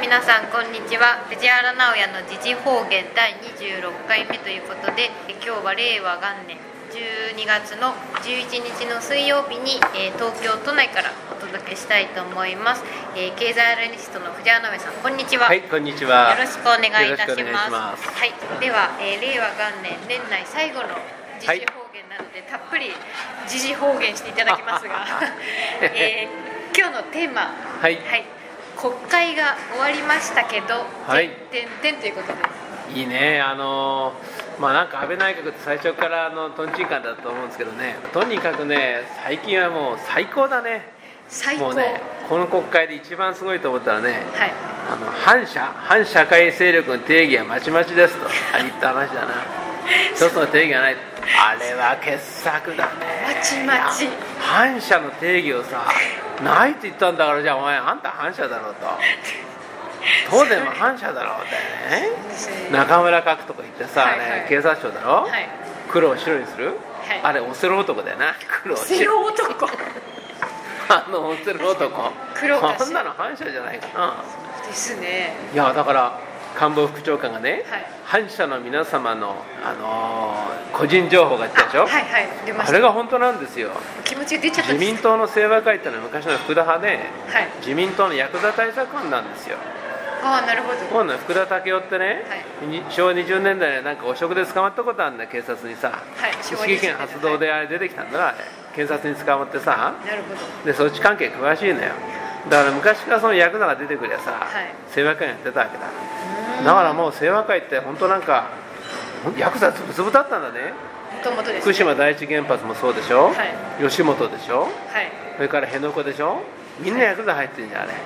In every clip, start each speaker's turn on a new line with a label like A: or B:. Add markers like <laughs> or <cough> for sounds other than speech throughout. A: 皆さんこんにちは藤原直哉の時事方言第26回目ということでえ今日は令和元年12月の11日の水曜日に、えー東京都内からお届けしたいと思います、えー経済アナリストの藤原直哉さんこんにちは、
B: はい、こんにちは。
A: よろしくお願いいたします
B: よろくお願いします
A: はい、では、えー令和元年年内最後の時事方言なので、たっぷり時事方言していただきます
B: <laughs>
A: が、えー今日のテーマは
B: はい
A: 国会が終わりましたけど、
B: はい
A: てんてんてんということです
B: いいね、あのーまあなんか安倍内閣って最初からあのとんちんかんだと思うんですけどね、とにかくね、最近はもう最高だね。
A: 最高
B: もうね、この国会で一番すごいと思ったらね、
A: はい
B: あの反社反社会勢力の定義はまちまちですと言った話だな。
A: <laughs>
B: 一つの定義がない。あれは傑作だね。
A: まちまち
B: いや反社の定義を
A: <laughs>
B: さ、ないって言ったんだからじゃあお前あんた反社だろうと。東電も反社だろうだよね。中村角とか行ってさ、
A: はいはい
B: あれ警察署だろ、
A: はい
B: 黒を白にする、
A: い
B: あれオセロ男だよな黒を
A: セ
B: 白
A: ロ男
B: あのオセロ男
A: 黒か白
B: こんなの反射じゃないかな
A: ですね
B: いやだから官房副長官がね、
A: はい
B: 反社の皆様の、あのー個人情報が出たでしょ、
A: あはいはい出ま
B: あ
A: し
B: れ
A: た
B: が本当なんですよ
A: 気持ちが出ちゃった
B: 自
A: んです
B: 民党の清和会ってのは昔の福田派で、
A: はい
B: 自民党のヤクザ対策班なんですよ
A: ああなるほど
B: 今度は福田赳夫ってね、に昭和20年代になんか汚職で捕まったことあるんだよ警察にさ、
A: はい
B: 石重県発動であれ出てきたんだなあれ警察に捕まってさ
A: なるほど
B: で措置関係詳しいのよだから昔からそのヤクザが出てくりゃさ、
A: はい
B: 清和会やってたわけだだからもう清和会って本当なんかほんヤクザつぶつぶだったんだね
A: もともとです
B: 福
A: ね
B: 島第一原発もそうでしょ、
A: は
B: 吉本でしょ
A: はい
B: それから辺野古でしょみんなヤクザ入ってるんじゃんあれね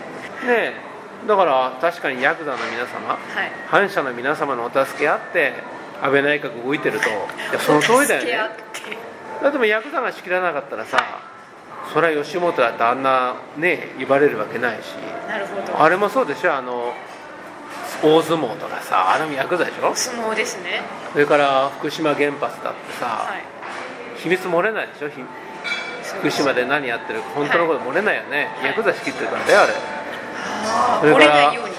B: えだから確かにヤクザの皆様
A: はい
B: 反社の皆様のお助けあって安倍内閣動いてるといやその通りだ
A: 助け合
B: よ
A: っ
B: ね
A: て
B: だってもうヤクザが仕切らなかったらさそれは吉本だってあんなね言われるわけないし
A: なるほど
B: あれもそうでしょあの大相撲とかさあれもヤクザでしょ
A: 相撲ですね
B: それから福島原発だってさ、
A: はい
B: 秘密漏れないでしょひ
A: そう
B: 福
A: です
B: 島で何やってるか本当のこと漏れないよね、
A: はい
B: ヤクザ仕切ってるからだよあれ
A: ああ
B: それ
A: 漏
B: か
A: れ
B: ら
A: ないように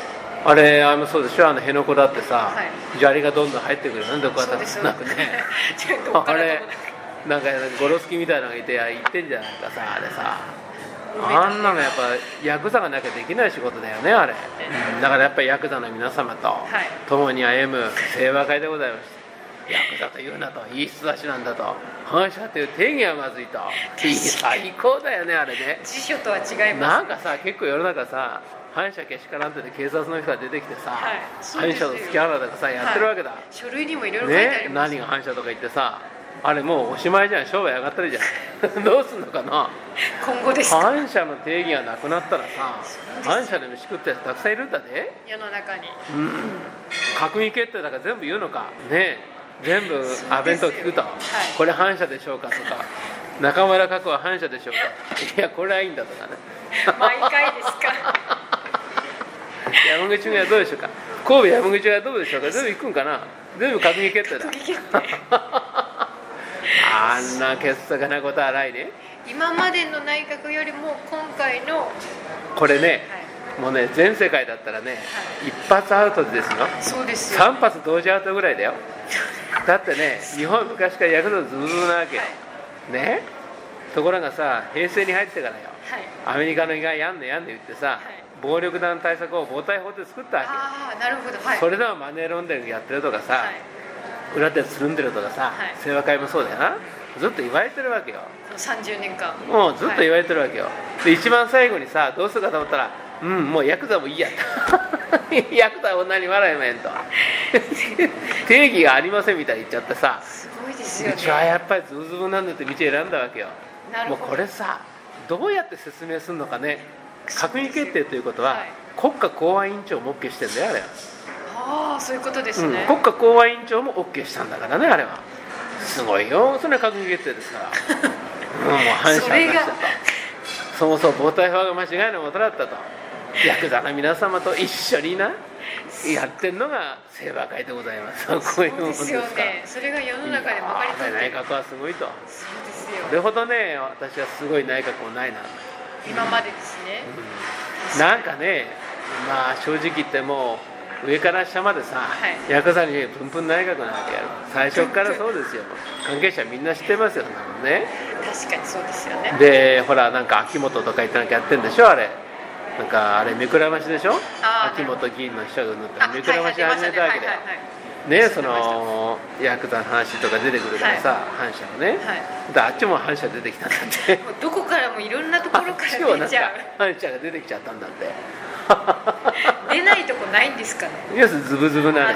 B: あれあのそうでしょあの辺野古だってさ、
A: は
B: 砂利がどんどん入ってくるよねどこか
A: そう
B: と
A: です
B: なくね
A: <laughs> ちょっとお
B: あ
A: 金
B: れ
A: ともなく
B: なんかゴロスキみたいなのがいていや言ってんじゃないかさあれさあんなのやっぱヤクザがなきゃできない仕事だよねあれ、うんだからやっぱりヤクザの皆様と
A: い
B: 共に歩む清和会でございますヤクザと言うなといい人たちなんだと反社という定義はまずいといい最高だよねあれね
A: 辞書とは違いま
B: なんかさ結構世の中さ反社けしからんってで警察の人が出てきてさ、
A: はいそう
B: 反
A: です
B: 社
A: よ
B: と付き合うとかさやってるわけだ、
A: す書類にもいろいろ書いてあ
B: ね
A: ります
B: 何が反社とか言ってさあれもうおしまいじゃん商売上がったりじゃん <laughs> どうすんのかな
A: 今後ですか
B: 反社の定義がなくなったらさ反社で飯食ってるやつたくさんいるんだね
A: 世の中に <laughs>
B: 閣議決定だから全部言うのかね全部アベントを聞くと、
A: はい
B: これ反社でしょうかとか中村角は反社でしょうかいやこれはいいんだとかね
A: 毎回ですか
B: <laughs> 山口組はどうでしょうか神戸山口組はどうでしょうか全部行くんかな全部閣議決定だあんな傑作なことはないね
A: 今までの内閣よりも今回の、は
B: これね
A: い、
B: もうね全世界だったらね、一発アウトですよ
A: そうですよ
B: 3発同時アウトぐらいだよだってね日本昔からヤクザズブズブなわけよ、ねところがさ平成に入ってからよ
A: はい
B: アメリカのがやんねやんね言ってさ、暴力団対策を防対法で作ったわけよ
A: ああなるほどはい
B: それでもマネーロンデリングやってるとかさ、
A: はい
B: 裏手つるんでるとかさ、
A: はい
B: 清和会もそうだよなずっと言われてるわけよ
A: この30年間
B: もうずっと言
A: わ
B: われてるわけよ、で一番最後にさどうするかと思ったらうんもうヤクザもいいやと <laughs> ヤクザは女に笑えまへん
A: <laughs>
B: と定義がありませんみたいに言っちゃってさ
A: すごいですよ
B: う
A: ね
B: ちはやっぱりズブズブなんだって道選んだわけよ
A: なる
B: もう
A: ほど
B: これさどうやって説明するのかね閣議決定ということは、
A: はい
B: 国家公安委員長も OK してんだよあれは
A: ああそういうことです
B: うん、
A: ね、
B: 国家公安委員長も OK したんだからねあれはすごいよそれは閣議決定ですから
A: <laughs>
B: うんもう反
A: そ
B: 社
A: れが
B: だとそもそも防体法が間違いのもとだったとヤクザの皆様と一緒になやってんのが清和会でございますこういうも
A: そうで
B: のですす
A: よ
B: から
A: ねそれが世の中でまかり通っ
B: いや
A: て
B: 内
A: る
B: 閣はすごいと
A: そうです
B: こ
A: よ
B: れほどね私はすごい内閣もないな
A: 今までですね、
B: なんかねまあ正直言ってもう上から下までさ、
A: はい
B: ヤクザにプンプン内閣なわけやろ最初からそうですよ関係者みんな知ってますよそんなもんね
A: 確かにそうですよね
B: でほらなんか秋元とか言ってなんかやってんでしょあれなんかあれ目くらましでしょ
A: あー
B: 秋元議員の秘書が塗って
A: あ
B: 目くらまし始めたわけだよ、
A: はいはい
B: ね
A: 知って
B: そ
A: ました
B: のヤクザの話とか出てくるからさ、反社のね、
A: はい
B: であっちも反社出てきたんだ
A: <laughs>
B: って
A: もうどこからもいろんなところか
B: あっち
A: ら
B: もな
A: 出
B: ん
A: ち
B: か
A: ゃう
B: 反社が出てきちゃったんだって <laughs>
A: 出ないとこないんですかね
B: 要するにズブズブなの
A: あ
B: よ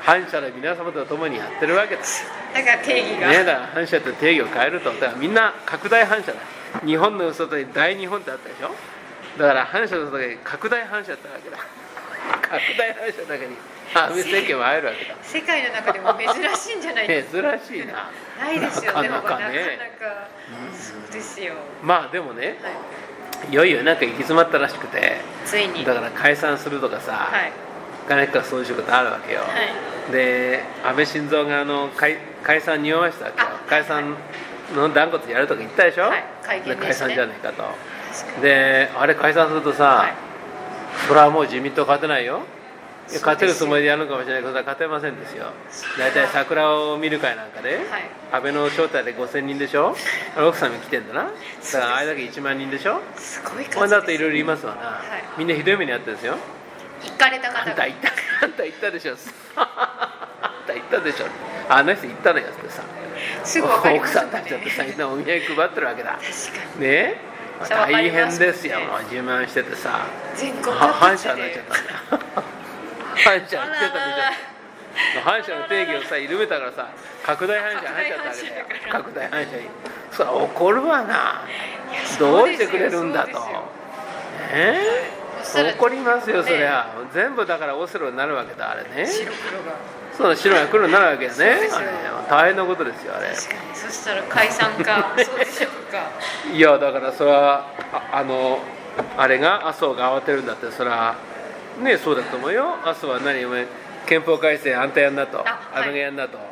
B: 反社の皆様と共にやってるわけだ
A: だから定義が、
B: ねだから反射って定義を変えるとだからみんな拡大反射だ日本の外に大日本ってあったでしょだから反射の外に拡大反射ってあるわけだ拡大反射の中に安倍政権は入るわけだ
A: 世界の中で
B: <laughs>
A: も珍しいんじゃないですか
B: 珍しいな <laughs>
A: ないですよね
B: なかなかね
A: なかなかそうですよ、
B: まあでもね
A: はい
B: いよいよなんか行き詰まったらしくて
A: ついに
B: だから解散するとかさ、
A: はい
B: 金川そういうことあるわけよ、
A: は
B: で安倍晋三があの解解散匂わしたわけよ
A: あ
B: 解散の断固とやるとか言ったでしょ、
A: はい会見で
B: で
A: ね
B: す解散じゃないかと
A: 確かに
B: であれ解散するとさ、
A: はい
B: それはもう自民党勝てないよい
A: そうですよ
B: や勝てるつもりでやるのかもしれないけど勝てませんですよ大体桜を見る会なんか
A: は
B: で、
A: い
B: 安倍の招待で5000人でしょあれ奥さんも来てんだなだからあれだけ1万人でしょ
A: すごい
B: こ
A: 感
B: ん
A: じ
B: な
A: で
B: と
A: す
B: いろいろいますわな、
A: い
B: みんなひどい目にあったんですよ
A: 行かれた
B: あ
A: 方
B: んた
A: が
B: 行ったあんた行ったでしょあんた行ったでしょあの人行ったのよってさ
A: すぐ分かりま
B: 奥
A: すよ
B: さ
A: ね
B: んたちだってさみん
A: 確
B: なお土産配ってるわけだ
A: かに
B: ね
A: そうわか
B: 大
A: りま
B: 変
A: す
B: ですよ
A: ね
B: もう自慢しててさ
A: 全国各地で
B: は反社になっちゃったんだ反社言ってた
A: あ
B: ん
A: ら
B: で
A: ら
B: し
A: ら
B: ょ反社の定義をさ緩めたからさ拡大反社入っちゃったわけだよ拡
A: 拡
B: 大反社にそりゃ怒るわない
A: や
B: ど
A: そうで
B: し
A: す
B: て
A: よ
B: くれるんだと
A: そうですよ
B: え
A: そしたら
B: え怒りますよそりゃ
A: ね
B: 全部だからオセロになるわけだあれね
A: 白黒が
B: そうだ白が黒になるわけだね
A: そうですよ
B: あれ大変なことですよあれ
A: 確かにそしたら解散
B: <laughs>
A: かそうでしょうか
B: いやだからそれはああのあれが麻生が慌てるんだってそれはねそうだと思うよ麻生は何お前憲法改正あんたやんなと
A: あ
B: あ
A: はい
B: のがやんなと、
A: はい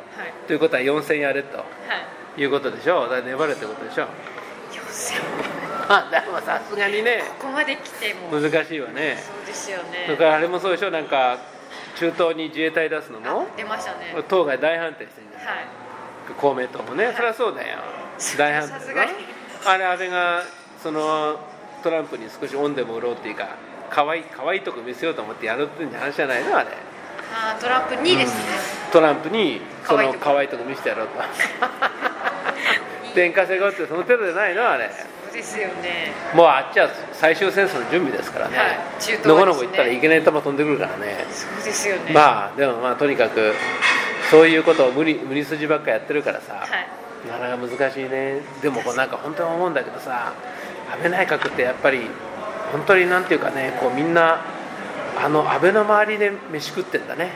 B: ということは4選やれと
A: はい
B: いうことでしょだから粘るってことでしょ
A: よせこ
B: あでもさすがにね
A: こまで来てもそう
B: 難しいわね
A: ですよ
B: だ
A: ね
B: からあれもそうでしょなんか中東に自衛隊出すのも
A: あ出ましたね
B: 党が大反対してるんじゃない
A: はい
B: 公明党もね、そりゃそうだよ、大反
A: さ
B: 対
A: す
B: だ
A: が
B: な
A: に
B: あれ、安倍がそのトランプに少し恩でも売ろうっていうか、可愛い可愛いとこ見せようと思ってやるってんじゃ話じゃないの、あれ、
A: あートランプ2ですね、
B: トランプにそ
A: 可愛い
B: の
A: とこ
B: 可愛いとこ見せてやろうと、天下制がって、その程度じゃないの、あれ、
A: そうですよね
B: もうあっちは最終戦争の準備ですからね、
A: はい中東ですね
B: のこのこ行ったらいけない球飛んでくるからね、
A: そうですよねあ
B: まあ、でもまあ、とにかく、そういうことを無理無理筋ばっかやってるからさ。
A: はい
B: なかなか難しいねでもこうなんか本当に思うんだけどさ安倍内閣ってやっぱり本当になんていうかねこうみんなあの安倍の周りで飯食ってんだね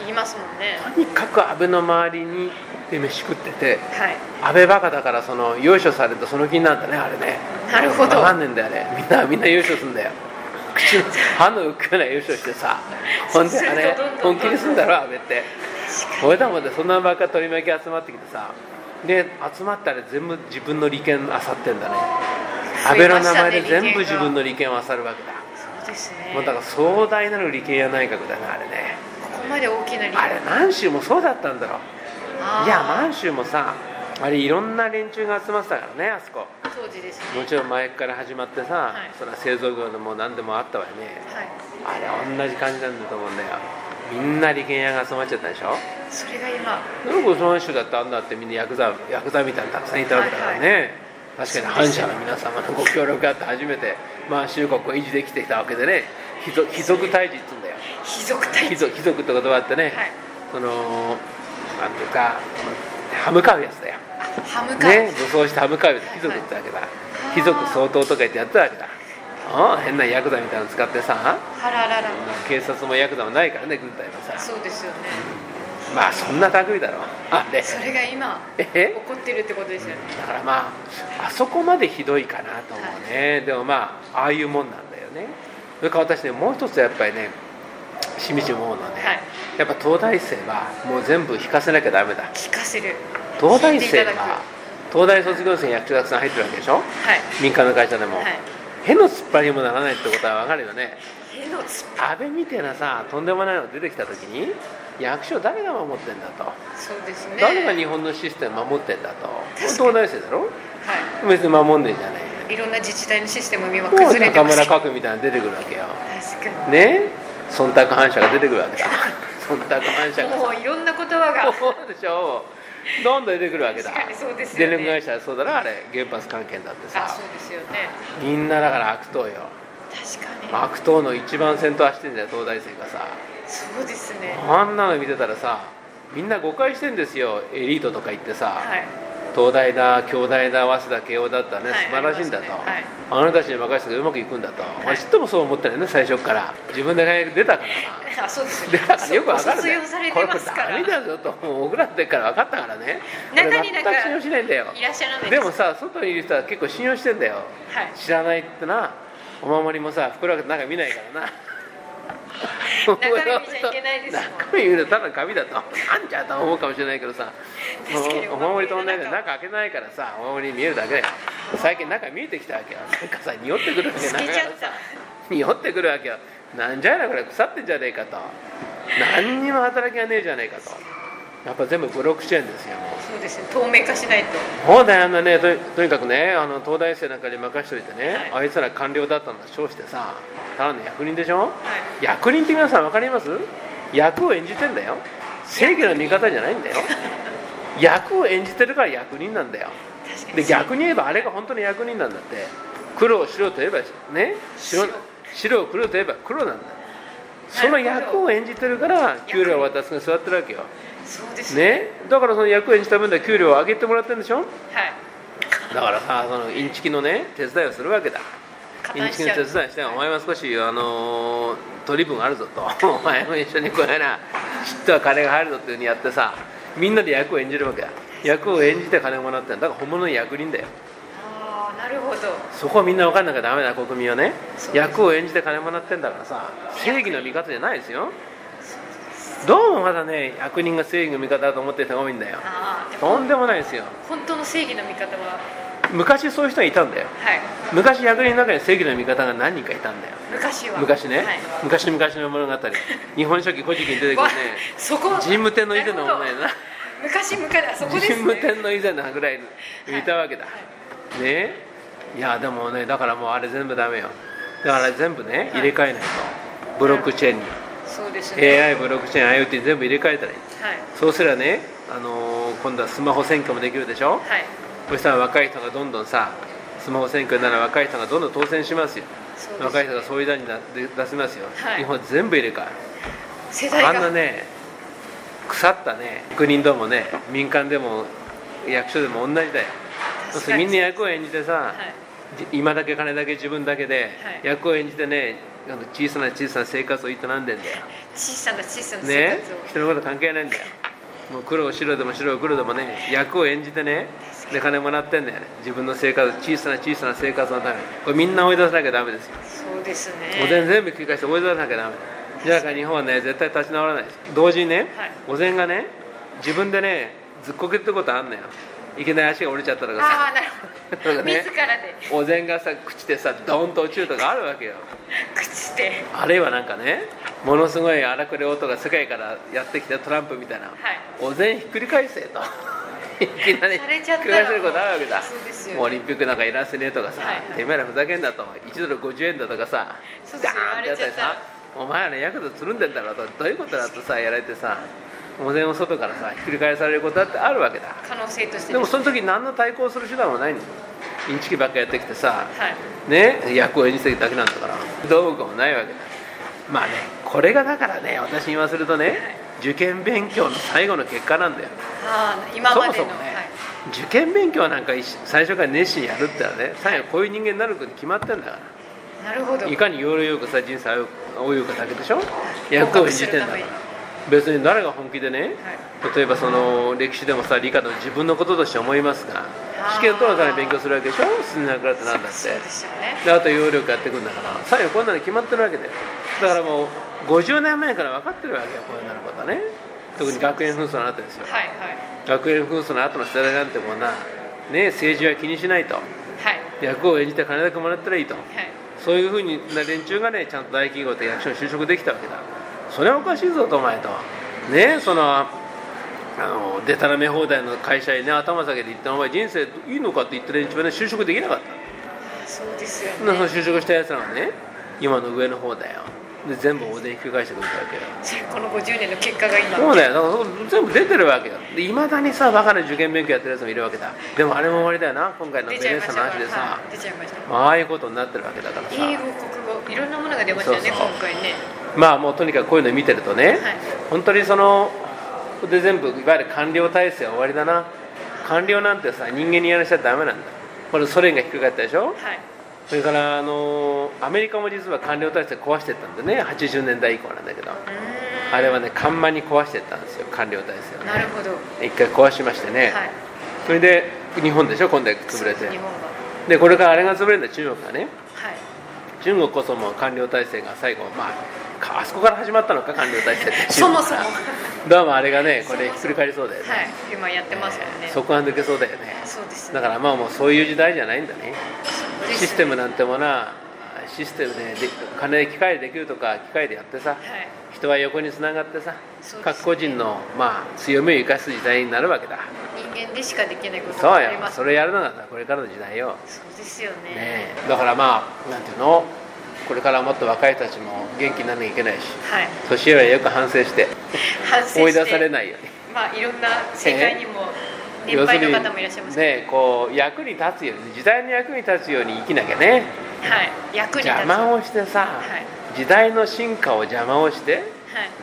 A: 言いますもんね
B: とにかく安倍の周りにで飯食ってて
A: はい
B: 安倍バカだからその優勝されるとその気になるんだねあれね
A: なるほど
B: わかんねえんだよねみんなみんな優勝するんだよ口の歯の浮くような優勝してさほんであ
A: そうする
B: れ
A: とどんどんどんどん
B: 本気にするんだろ安倍って俺たまでそんなばっか取り巻き集まってきてさで集まったら全部自分の利権あさってんだね安
A: 増
B: 倍
A: え
B: の
A: まし
B: 名
A: た
B: 前
A: ね
B: で全部
A: 利権
B: 自
A: が
B: 分の利権をあさるわけだ、
A: そうですね
B: もうだから壮大なる利権や内閣だなあれね
A: ここまで大きな理由
B: あれ満州もそうだったんだろ
A: あー
B: いや満州もさあれいろんな連中が集まってたからねあそこ
A: 当時ですね
B: もちろん前から始まってさ、
A: い
B: それは製造業でも何でもあったわよね
A: はい
B: あれ同じ感じなんだと思うんだよみんな利権屋が集まっちゃったでしょ
A: それが今
B: なんかその反社だってあんなってみんなヤクザヤクザみたいにたくさんいたわけだからね、確かに反社の皆様のご協力があって初めて満州国を維持できてきたわけでね貴族貴族退治っつうんだよ
A: 貴族隊
B: 貴族貴族って言葉あってね、
A: はい
B: そのなんていうか歯向かうやつだよ
A: 歯向かい、
B: ね、武装して歯向かうよ貴族ってわけだ、貴族相当とか言ってやってたわけだああ変なヤクザみたいなの使ってさ
A: あららら
B: 警察もヤクザもないからね軍隊もさ
A: そうですよね
B: まあそんな類だろあれ
A: それが今
B: え
A: 起こってるってことですよね
B: だからまああそこまでひどいかなと思うね、でもまあああいうもんなんだよねそれから私ねもう一つやっぱりねしみじみ思うのはね、
A: はい
B: やっぱ東大生はもう全部引かせなきゃダメだ
A: 聞かせる
B: 東大
A: 聞いて
B: 生
A: いただくは
B: は東大卒業生に役者たくさん入ってるわけでしょ
A: い
B: 民間の会社でも、
A: はい
B: への突っ張りにもならないってことは分かるよね
A: へるのを突っ
B: 安倍みたいなさとんでもないの出てきた時に役所誰が守ってんだと、
A: そうですね
B: 誰が日本のシステム守ってんだと
A: かに
B: 東大生だろ
A: は
B: 別に守んねえじゃね
A: いいろんな自治体のシステムも今
B: えよもう
A: 崩れて
B: 中
A: ます
B: 村
A: 確か
B: 核みたいなの出てくるわけよ
A: に
B: ね忖度反射が出てくるわけだ忖度反射が
A: もういろんな言葉が
B: そうでしょどんどん出てくるわけだ
A: 確かにそうですよ
B: 電
A: ね
B: 力会社はそうだなあれ原発関係だって
A: あ
B: さ
A: そうですよね
B: みんなだから悪党よ
A: 確かに、
B: 悪党の一番先頭走ってんだよ東大生がさ
A: そうですね
B: あんなの見てたらさみんな誤解してんですよエリートとか言ってさ、
A: はい
B: 東大だ京大だ早稲田慶応だったね、
A: はい
B: 素晴らしいんだと、
A: あり
B: あなたたちに任せてうまくいくんだと、
A: い
B: 俺ちっともそう思ったよね最初から自分で大学出たからさ
A: <laughs> あそうです
B: 出
A: ね
B: たからよくわかる
A: 卒
B: ね
A: 業され
B: こ
A: て
B: れ
A: ますか
B: ダ
A: ら
B: メだぞともう僕らってから分かったからね
A: 中になんか
B: 俺全く信用しないんだよ
A: いらっしゃらない
B: ですもさ外にいる人は結構信用してんだよ
A: はい
B: 知らないってなお守りもさ袋開けて中見ないからな
A: 中身見ちゃいけないですもん
B: 中身見るとただの紙だとなんじゃと思うかもしれないけどさ
A: 確かに
B: お守りと同じで
A: お守りの中
B: 中開けないからさお守り見えるだけだよ最近中見えてきたわけよなんかさ匂ってくるわけ
A: 透けちゃった
B: 匂ってくるわけよなんじゃいなこれ腐ってんじゃねえかと何にも働きがねえじゃねえかとやっぱ全部ブロックチェーンですよもう
A: そうですね透明化しないと
B: そうだよあんなねとにとにかくねあの東大生なんかに任しておいてね、
A: は
B: あいつら官僚だったんだ称してさただの役人でしょ
A: はい
B: 役人って皆さん分かります役を演じてんだよ正義の味方じゃな
A: <laughs>
B: いんだよ役を演じてるから役人なんだよ
A: 確かに
B: で逆に言えばあれが本当に役人なんだって黒を白と言えばね白
A: 白
B: 白を黒と言えば黒なんだその役を演じてるから給料を渡すに座ってるわけよ、
A: そうですね
B: ね、だからその役を演じた分で給料を上げてもらってるんでしょ
A: はい
B: だからさそのインチキのね手伝いをするわけだ
A: 加
B: イン
A: 担
B: チ
A: しち
B: キの
A: ゃ
B: 手
A: う
B: 伝いしてお前は少しあのー取り分あるぞとお前も一緒にこうやなちっとは金が入るぞっていうふうにやってさみんなで役を演じるわけだ役を演じて金をもらってるんだから本物の役人だよ
A: ああなるほど
B: そこはみんな分かんなきゃダメだ国民はね
A: そうです
B: 役を演じて金もらってんだからさ正義の味方じゃないですよどうもまだね役人が正義の味方だと思ってる人が多いんだよ
A: ああでも
B: とんでもないですよ
A: 本当の正義の味方は
B: 昔そういう人がいたんだよ
A: はい
B: 昔役人の中に正義の味方が何人かいたんだよ
A: 昔は
B: 昔ね、
A: はい
B: 昔々
A: <laughs>
B: の物語日本書紀古事記に出てくる
A: わ
B: ね
A: そこ
B: 神武天の以前の問
A: な
B: 題
A: るほ
B: だな
A: ど昔昔あそこですね
B: 神武天の以前のぐらいにいたわけだ、ねいやでもねだからもうあれ全部ダメよだから全部ね入れ替えないとブロックチェーンに
A: そうですね
B: AI ブロックチェーン IoT に全部入れ替えたらいい
A: はい
B: そうすればね、あのー今度はスマホ選挙もできるでしょ
A: はい
B: そしたら若い人がどんどんさスマホ選挙なら若い人がどんどん当選しますよ
A: そうです
B: 若い人が総理大臣になで出せますよ、
A: はい
B: 日本全部入れ替える
A: 世代が
B: あんなね腐ったね国人どもね民間でも役所でも同じだよそうす
A: 確か
B: ると
A: に
B: みんな役を演じてさ、
A: はい
B: じ今だけ金だけ自分だけで、
A: はい
B: 役を演じてねあの小さな小さな生活を営んでんだよ
A: 小さな小さな生
B: ね
A: 活を、
B: 人のこと関係ないんだよもう黒を白でも白を黒でもね役を演じてねで金もらってんだよね自分の生活小さな小さな生活のためにこれみんな追い出さなきゃダメですよ
A: そうですね
B: おでん全部繰り返して追い出さなきゃダメじゃなきゃ日本はね絶対立ち直らないです同時にね、
A: はい
B: お膳がね自分でねずっこけってことあんのよいきなり足が折れちゃった <laughs> とかさ
A: ああなるほ
B: なん
A: ど、
B: かね
A: 自らで
B: お膳がさ口でさドーンと落ちるとかあるわけよ
A: 口で
B: あるいはなんかねものすごい荒くれ音が世界からやってきてトランプみたいな、お膳ひっくり返
A: <laughs>
B: せといきなりひ
A: されちゃ
B: っ
A: っ
B: く
A: た
B: り
A: ら
B: 返せることあるわけだ
A: そうですよね
B: もうオリンピックなんかいらせねえとかさ、
A: はいはい
B: てめえらふざけんなと1ドル50円だとかさ
A: そうですよ
B: ダーンってやっ
A: 言わ
B: たりさ
A: れちゃ
B: お前らのヤクザつるんでんだろとどういうことだとさやられてさお膳を外からさひっくり返されることだってあるわけだ
A: 可能性として
B: でもその時何の対抗する手段もないんだよインチキばっかやってきてさ、
A: はい
B: ね、役を演じてるだけなんだからどうかもないわけだまあねこれがだからね私に言わせるとね受験勉強の最後の結果なんだよ
A: ああ今までの
B: そもそもね
A: はい、
B: 受験勉強なんか一最初から熱心にやるってのはね最後こういう人間になることに決まってんだか
A: なるほど
B: らいかに要領よくさ人生を泳ぐかだけでしょ役を演じてんだ
A: 合格するため
B: から
A: に
B: 別に誰が本気でね
A: はい
B: 例えばその歴史でもさ理科でも自分のこととして思いますが
A: あー
B: 試験を取るために勉強するわけでしょ進んでなくなってなんだっ
A: そ
B: て
A: うですよね
B: であと揚力やってくんだから最後こんなの決まってるわけだよだからもう50年前から分かってるわけよこういうののことはね特に学園紛争の後ですよ
A: はいはい
B: 学園紛争の後の世代なんてもうなね政治は気にしないと
A: はい
B: 役を演じて金だけもらったらいいと
A: はい
B: そういうふうな連中がねちゃんと大企業と役所に就職できたわけだそれはおかしいぞとお前とねそのあのでたらめ放題の会社にね頭下げて行ったお前人生いいのかって言った連中はね就職できなかった
A: そうですよ
B: その
A: ね
B: 就職したやつらがね今の上の方だよで全部おでんひっくり返してくれたわけよ
A: じゃあこの50年の結果が今
B: そうだよだからそう全部出てるわけよでいまだにさバカな受験勉強やってるやつもいるわけだでもあれも終わりだよな今回のベ
A: 出
B: ネ
A: ちゃい
B: ッ
A: まし
B: サ
A: た
B: の話でさ
A: はい出ちゃいました
B: ああいうことになってるわけだからさ
A: 英語国語いろんなものが出ましたよね
B: そうそう
A: 今回ね
B: まあもうとにかくこういうの見てるとね、
A: はい
B: 本当にそのここで全部いわゆる官僚体制は終わりだな官僚なんてさ人間にやらしちゃダメなんだこれソ連がひっくり返ったでしょ
A: はい
B: それからあのアメリカも実は官僚体制壊してったんでね80年代以降なんだけど
A: うーん
B: あれはね緩慢に壊してったんですよ官僚体制を
A: なるほど
B: 一回壊しましてね、
A: はい
B: それで日本でしょ今度は潰れ
A: そう
B: て
A: 日本は
B: でこれからあれが潰れるんだ中国がね
A: はい
B: 中国こそもう官僚体制が最後まあかあそこから始まったのか官僚体制っ
A: <laughs>
B: て
A: そもそもは
B: 中国からどうもあれが
A: <laughs>
B: ねこれひっくり返りそうだよね、
A: い今やってますもんね
B: そこが抜けそうだよね
A: そうですね
B: だからまあもうそういう時代じゃないんだね
A: です
B: システムなんてもなシステムでで金で機械でできるとか機械でやってさ
A: はい
B: 人は横につながってさ、
A: そうですね
B: 各個人のまあ強みを生かす時代になるわけだ
A: 人間でしかできないこと
B: そう
A: あ
B: よ
A: ります
B: それやるのがさこれからの時代よ
A: そうですよね
B: ねえだからまあなんていうのこれからもっと若い人たちも元気にならなきゃいけないし
A: はい
B: 年寄りはよく反省して
A: 反省して
B: 追い出されないように
A: まあいろんな世界にも年
B: 要す
A: 配
B: る
A: の
B: に
A: 方もいらっしゃいますけ
B: ねえこう役に立つように時代の役に立つように生きなきゃね
A: どはい役に立つ
B: 邪 <laughs> 魔をしてさ、
A: はい
B: 時代の進化を邪魔をして
A: はい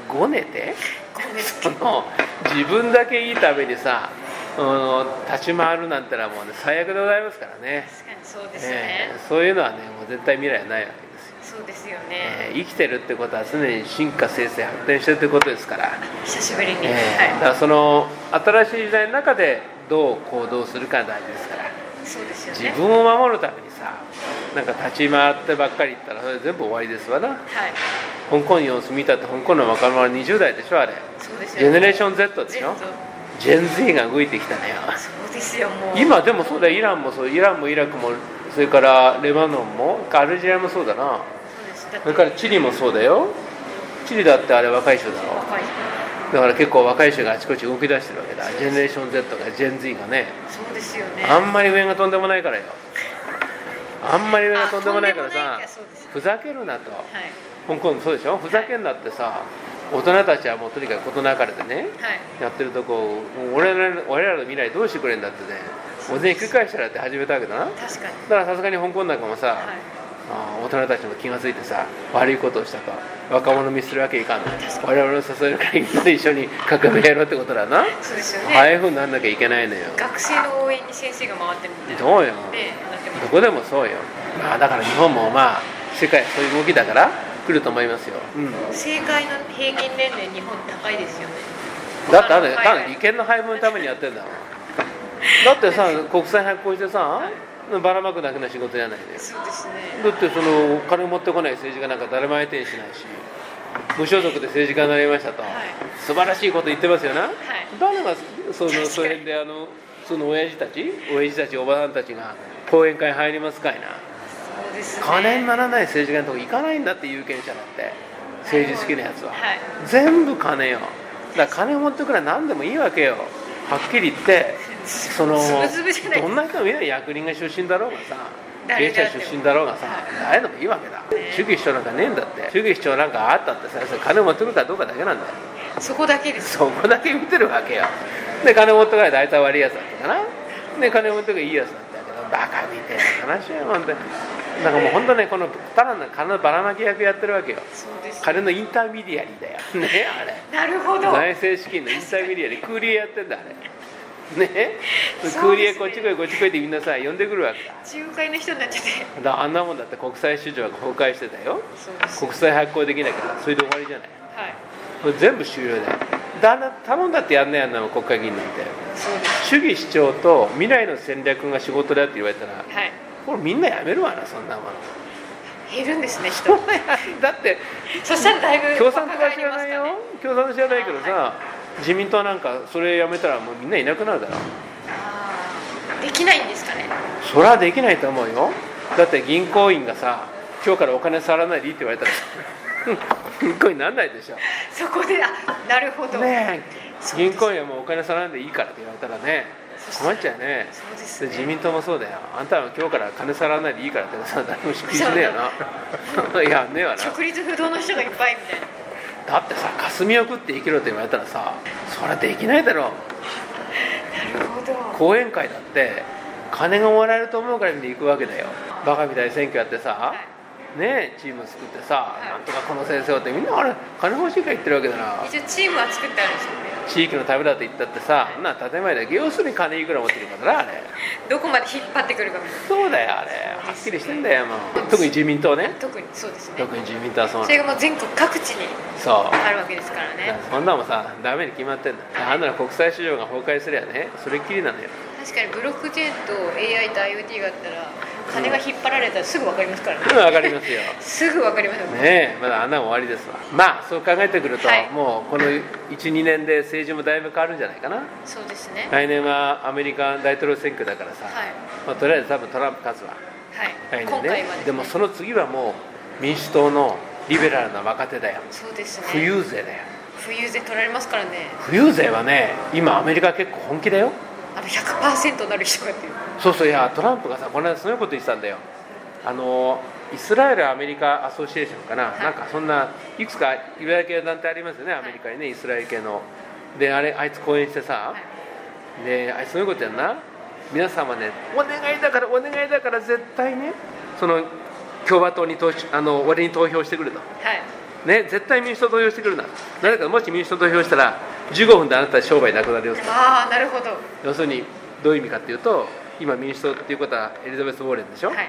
B: ごねて
A: ごめんなさい
B: その自分だけいいためにさうん立ち回るなんてのはもうね最悪でございますからね
A: 確かにそうです
B: ね
A: ね
B: えそういうのはねもう絶対未来はないわけですよ
A: そうですよ
B: え
A: ね
B: ー生きてるってことは常に進化生成発展してるってことですから,、
A: 久しぶりに
B: えーだか
A: は
B: らその新しい時代の中でどう行動するかが大事ですから
A: いそうですよね
B: 自分を守るためにさなんか立ち回ってばっかり言ったらそれ全部終わりですわな
A: はい
B: 香港に様子見たって香港の若者は20代でしょあれ
A: そうです
B: ジェ
A: よ
B: ネ
A: ね
B: レーション Z でしょ
A: Z
B: ジェン Z が動いてきたね
A: そうですよもう
B: 今でもそうだよイランもそうイランもイラクもそれからレバノンもアルジェリアもそうだな
A: そうですだって
B: それからチリもそうだよチリだってあれ若い人だろ
A: 若い
B: だから結構若い人があちこち動き出してるわけだジェネレーション Z がジェン Z がね
A: そうですよね
B: あんまり上がとんでもないからよあんまり上がとんでもないから
A: あ
B: さ
A: とんでもないかそうです
B: ふざけるなと
A: はい
B: 香港もそうでしょふざけんなってさ大人たちはもうとにかく事なかれてね
A: はい
B: やってるとこをもう俺らの俺らの未来どうしてくれんだってねおぜんひっくり返したらって始めたわけだなだ
A: 確かに
B: からさすがに香港なんかもさ、
A: はい
B: あー大人たちも気が付いてさ悪いことをしたと若者見するわけいかんの
A: 確か
B: 我々を誘える会議と一緒に革命やろうってことだな
A: そうですよね、
B: ああいうふうになんなきゃいけないのよ
A: 学生の応援に先生が回ってるみたいな
B: どうよ
A: でなってます
B: どこでもそうよまあだから日本もまあ世界そういう動きだから来ると思いますよ、うん、
A: 正解の平均年齢日本高いですよね
B: だってあれ
A: 他の海外
B: だって利権の配分のためにやってんだもんだってさ国債発行してさばらまくだけの仕事じゃないのよ
A: そうですね
B: だってそのお金持ってこない政治家なんか誰も相手にしないし無所属で政治家になりましたと、
A: はい
B: 素晴らしいこと言ってますよな、誰がその
A: 確かに
B: その辺であのその親父たち親父たちおばさんたちが講演会入りますかいな
A: そうですね
B: 金にならない政治家のとこ行かないんだって有権者だって政治好きなやつは、
A: はい
B: 全部金よだから金持ってくれば何でもいいわけよはっきり言ってその
A: ズブズブじゃない
B: どんな人もいない役人が出身だろうがさ経
A: 誰
B: 営
A: であ
B: 者
A: っても
B: 出身だろうがさ、
A: はい
B: 誰でもいいわけだ主義主張なんかねえんだって主義主張なんかあったってさそれ金持ってくるかどうかだけなんだよ
A: そこだけです
B: そこだけ見てるわけよで金持ってから大体悪いやつだったかなで金持ってからいいやつだったけどバカみたいな話よほんとなんかもう本当ねこのただの金のばらまき役やってるわけよ
A: そうです
B: 金のインターミディアリーだよねあれ
A: なるほど
B: 財政資金のインターミディアリークーリエやってんだあれ
A: そう
B: ね
A: ですね
B: クーリエこっち来いこっち来いってみんなさ呼んでくるわけだ
A: 中華の人になっちゃって
B: だからあんなもんだって国際市場が崩壊してたよ
A: そうです
B: 国債発行できなきゃそれで終わりじゃない
A: はい
B: これ全部終了だよだんだん頼んだってやんないやんなもん国会議員なんて
A: そうです
B: 主義主張と未来の戦略が仕事だって言われたら
A: はい
B: これみんなやめるわなそんな
A: <laughs>
B: もの
A: 減るんですね人
B: だって
A: そしたらだいぶ
B: 共産党
A: が
B: は知らないよ
A: ね
B: 共産党知らないけどさ、
A: は
B: 自民党なんかそれやめたらもうみんないなくなるだろ
A: あーできないんですかね
B: それはできないと思うよだって銀行員がさ今日からお金触らないでいいって言われたら銀行員なんないでしょ
A: そこであなるほど、
B: ねえ銀行員はもうお金触らないでいいからって言われたらね困っちゃうね
A: そうです
B: で
A: ね
B: 自民党もそうだよあんたは今日から金触らないでいいからってさ誰も祝日ねえよな <laughs> いやねえわな
A: 直立不動の人がいっぱいみたいな
B: だってさ霞を食って生きろって言われたらさそれできないだろ
A: なるほど
B: 講演会だって金がもらえると思うからで行くわけだよバカみたいに選挙やってさねえチーム作ってさ
A: はい
B: なんとかこの先生をってみんなあれ金欲しいから言ってるわけだな
A: 一応チームは作ってあるんですよね
B: 地域のためだって言ったってさそんな建前だけ要するに金いくら持ってるからなあれ
A: どこまで引っ張ってくるかみたい
B: そうだよあれはっきりしてんだよもう特に自民党ね
A: な特にそうですね
B: 特に自民党はそうな
A: そ
B: の
A: れがもう全国各地に
B: そう
A: あるわけですから
B: だか
A: ね
B: らそんなもんさダメに決まってんだあんなの国際市場が崩壊すりゃねそれっきりなのよ
A: 確かにブロックチェーンと AI と IoT があったら金が引っ張られたらすぐ分かりますからね、
B: うんわかりま
A: <laughs>
B: すよ
A: すぐ分かりますよね
B: ねえまだ穴も終わりですわまあそう考えてくると、
A: はい
B: もうこの12年で政治もだいぶ変わるんじゃないかな
A: そうですね
B: 来年はアメリカ大統領選挙だからさ、
A: はい
B: まあ、とりあえず多分トランプ勝つわ
A: はい、
B: 来
A: 今
B: 年ね
A: 回はですね
B: でもその次はもう民主党のリベラルな若手だよ
A: そうですね
B: 富裕税だよ
A: 冬で取られますからね
B: 富裕税はね今アメリカ結構本気だよ
A: あの100%なる人がっていう
B: そうそういやトランプがさこの間すごいこと言ってたんだよあのイスラエル・アメリカ・アソシエーションかな、
A: はい
B: なんかそんないくつかユダヤ系の団体ありますよねアメリカにね、イスラエル系のであれあいつ講演してさ、
A: はい
B: であいつそういうことやんな皆様ねお願いだからお願いだから絶対ねその共和党に投資あの俺に投票してくると
A: はい
B: ね絶対民主党投票してくるな誰かもし民主党投票したら15分であなた商売なくなるよと
A: ああなるほど
B: 要するにどういう意味かっていうと今民主党っていうことはエリザベス・ウォーレンでしょ、
A: はいはい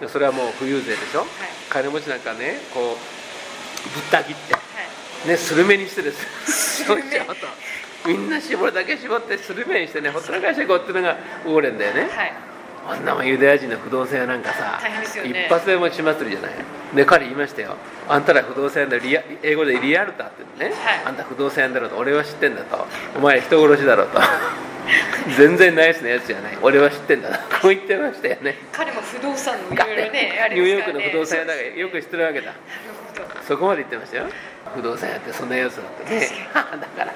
B: でそれはもう富裕税でしょ、金持ちなんかねこうぶった切ってねスルメにしてですそうしちゃうとみんな絞るだけ絞ってスルメにしてねほったらかしていこうっていうのがウォーレンだよね、
A: はい
B: あんなもんユダヤ人の不動産屋なんかさ
A: 大変ですよね
B: 一発でもち祭りじゃないで彼言いましたよあんたら不動産屋のリア英語でリアルターって言うのね、
A: はい
B: あんた不動産屋だろうと俺は知ってんだとお前人殺しだろうと <laughs> 全然ナイスなやつじゃない俺は知ってんだとこう言ってましたよね
A: 彼も不動産のいろいろねあれ
B: <laughs> ニュ
A: で
B: ーヨ
A: すか
B: ー
A: ら
B: クの
A: ね
B: 不動産屋だからよく知ってるわけ
A: そ
B: だ
A: うですなるほど
B: そこまで言ってましたよ不動産屋ってそんなやつだってね <laughs> だ
A: 確
B: から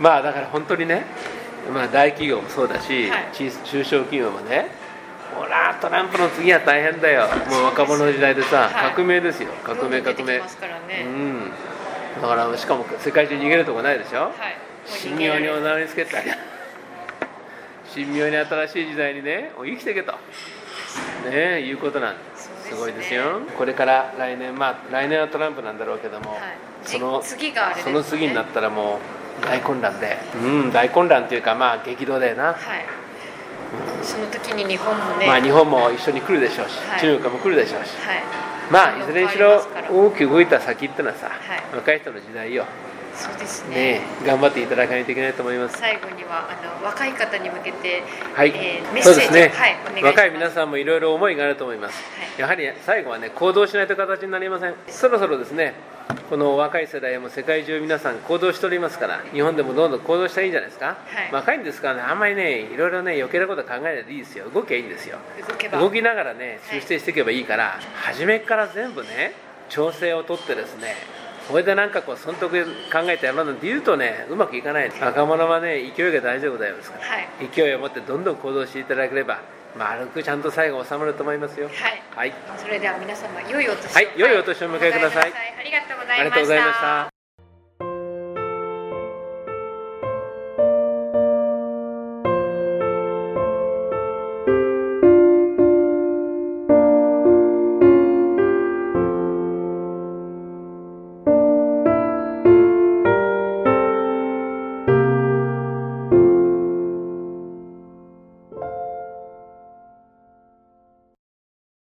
B: まあだから本当にね、まあ、大企業もそうだし、
A: はい
B: 小中小企業もねほらトランプの次は大変だよもう若者の時代でさ、
A: はい
B: 革命ですよ革命
A: どん
B: 革
A: どん出
B: 命
A: てきますからね
B: うんだからしかも世界中逃げるとこないでしょ、
A: はい
B: 神妙にお
A: は
B: 名前つけたり神妙に新しい時代にねお生きていけとねえいうことなんです
A: そうですね
B: すごいですよこれから来年まあ来年はトランプなんだろうけども、
A: い
B: その
A: じ次があれです
B: そ
A: ね
B: の次になったらもう大混乱でうん大混乱というかまあ激動だよな、
A: いその時に日本もね
B: まあ日本も一緒に来るでしょうし、
A: はい
B: 中国も来るでしょうし
A: はい
B: まあいずれにし
A: 変わ
B: ろ
A: りますから
B: 大きく動いた先ってのはさ、
A: い
B: 若い人の時代よ
A: そうですね
B: ねえ頑張っていただかないといけないと思います
A: 最後にはあの若い方に向けて、
B: はい、
A: えーメッセ
B: そ
A: ー
B: う
A: ジ
B: ですね、
A: はい、お願いします
B: 若い皆さんもいろいろ思いがあると思います、
A: はい
B: やはり最後はね行動しないと形になりませんそろそろですねこの若い世代も世界中皆さん行動しておりますから日本でもどんどん行動したらいいんじゃないですか、
A: はい
B: 若いんですからねあんまりねいろいろね余計なこと考えないでいいですよ動きゃいいんですよ
A: 動けば
B: 動きながらね
A: はい
B: 修正していけばいいから、初めから全部ね調整をとってですねこれでなんかこう損得考えてやろうなんて言うとねうまくいかない若者はね勢いが大事でございますから、
A: はい
B: 勢いを持ってどんどん行動していただければ丸くちゃんと最後収まると思いますよ
A: はい
B: はい、
A: それでは皆様良いお年を
B: はい良いお年をお迎えください
A: お迎えありがとうございました
B: ありがとうございました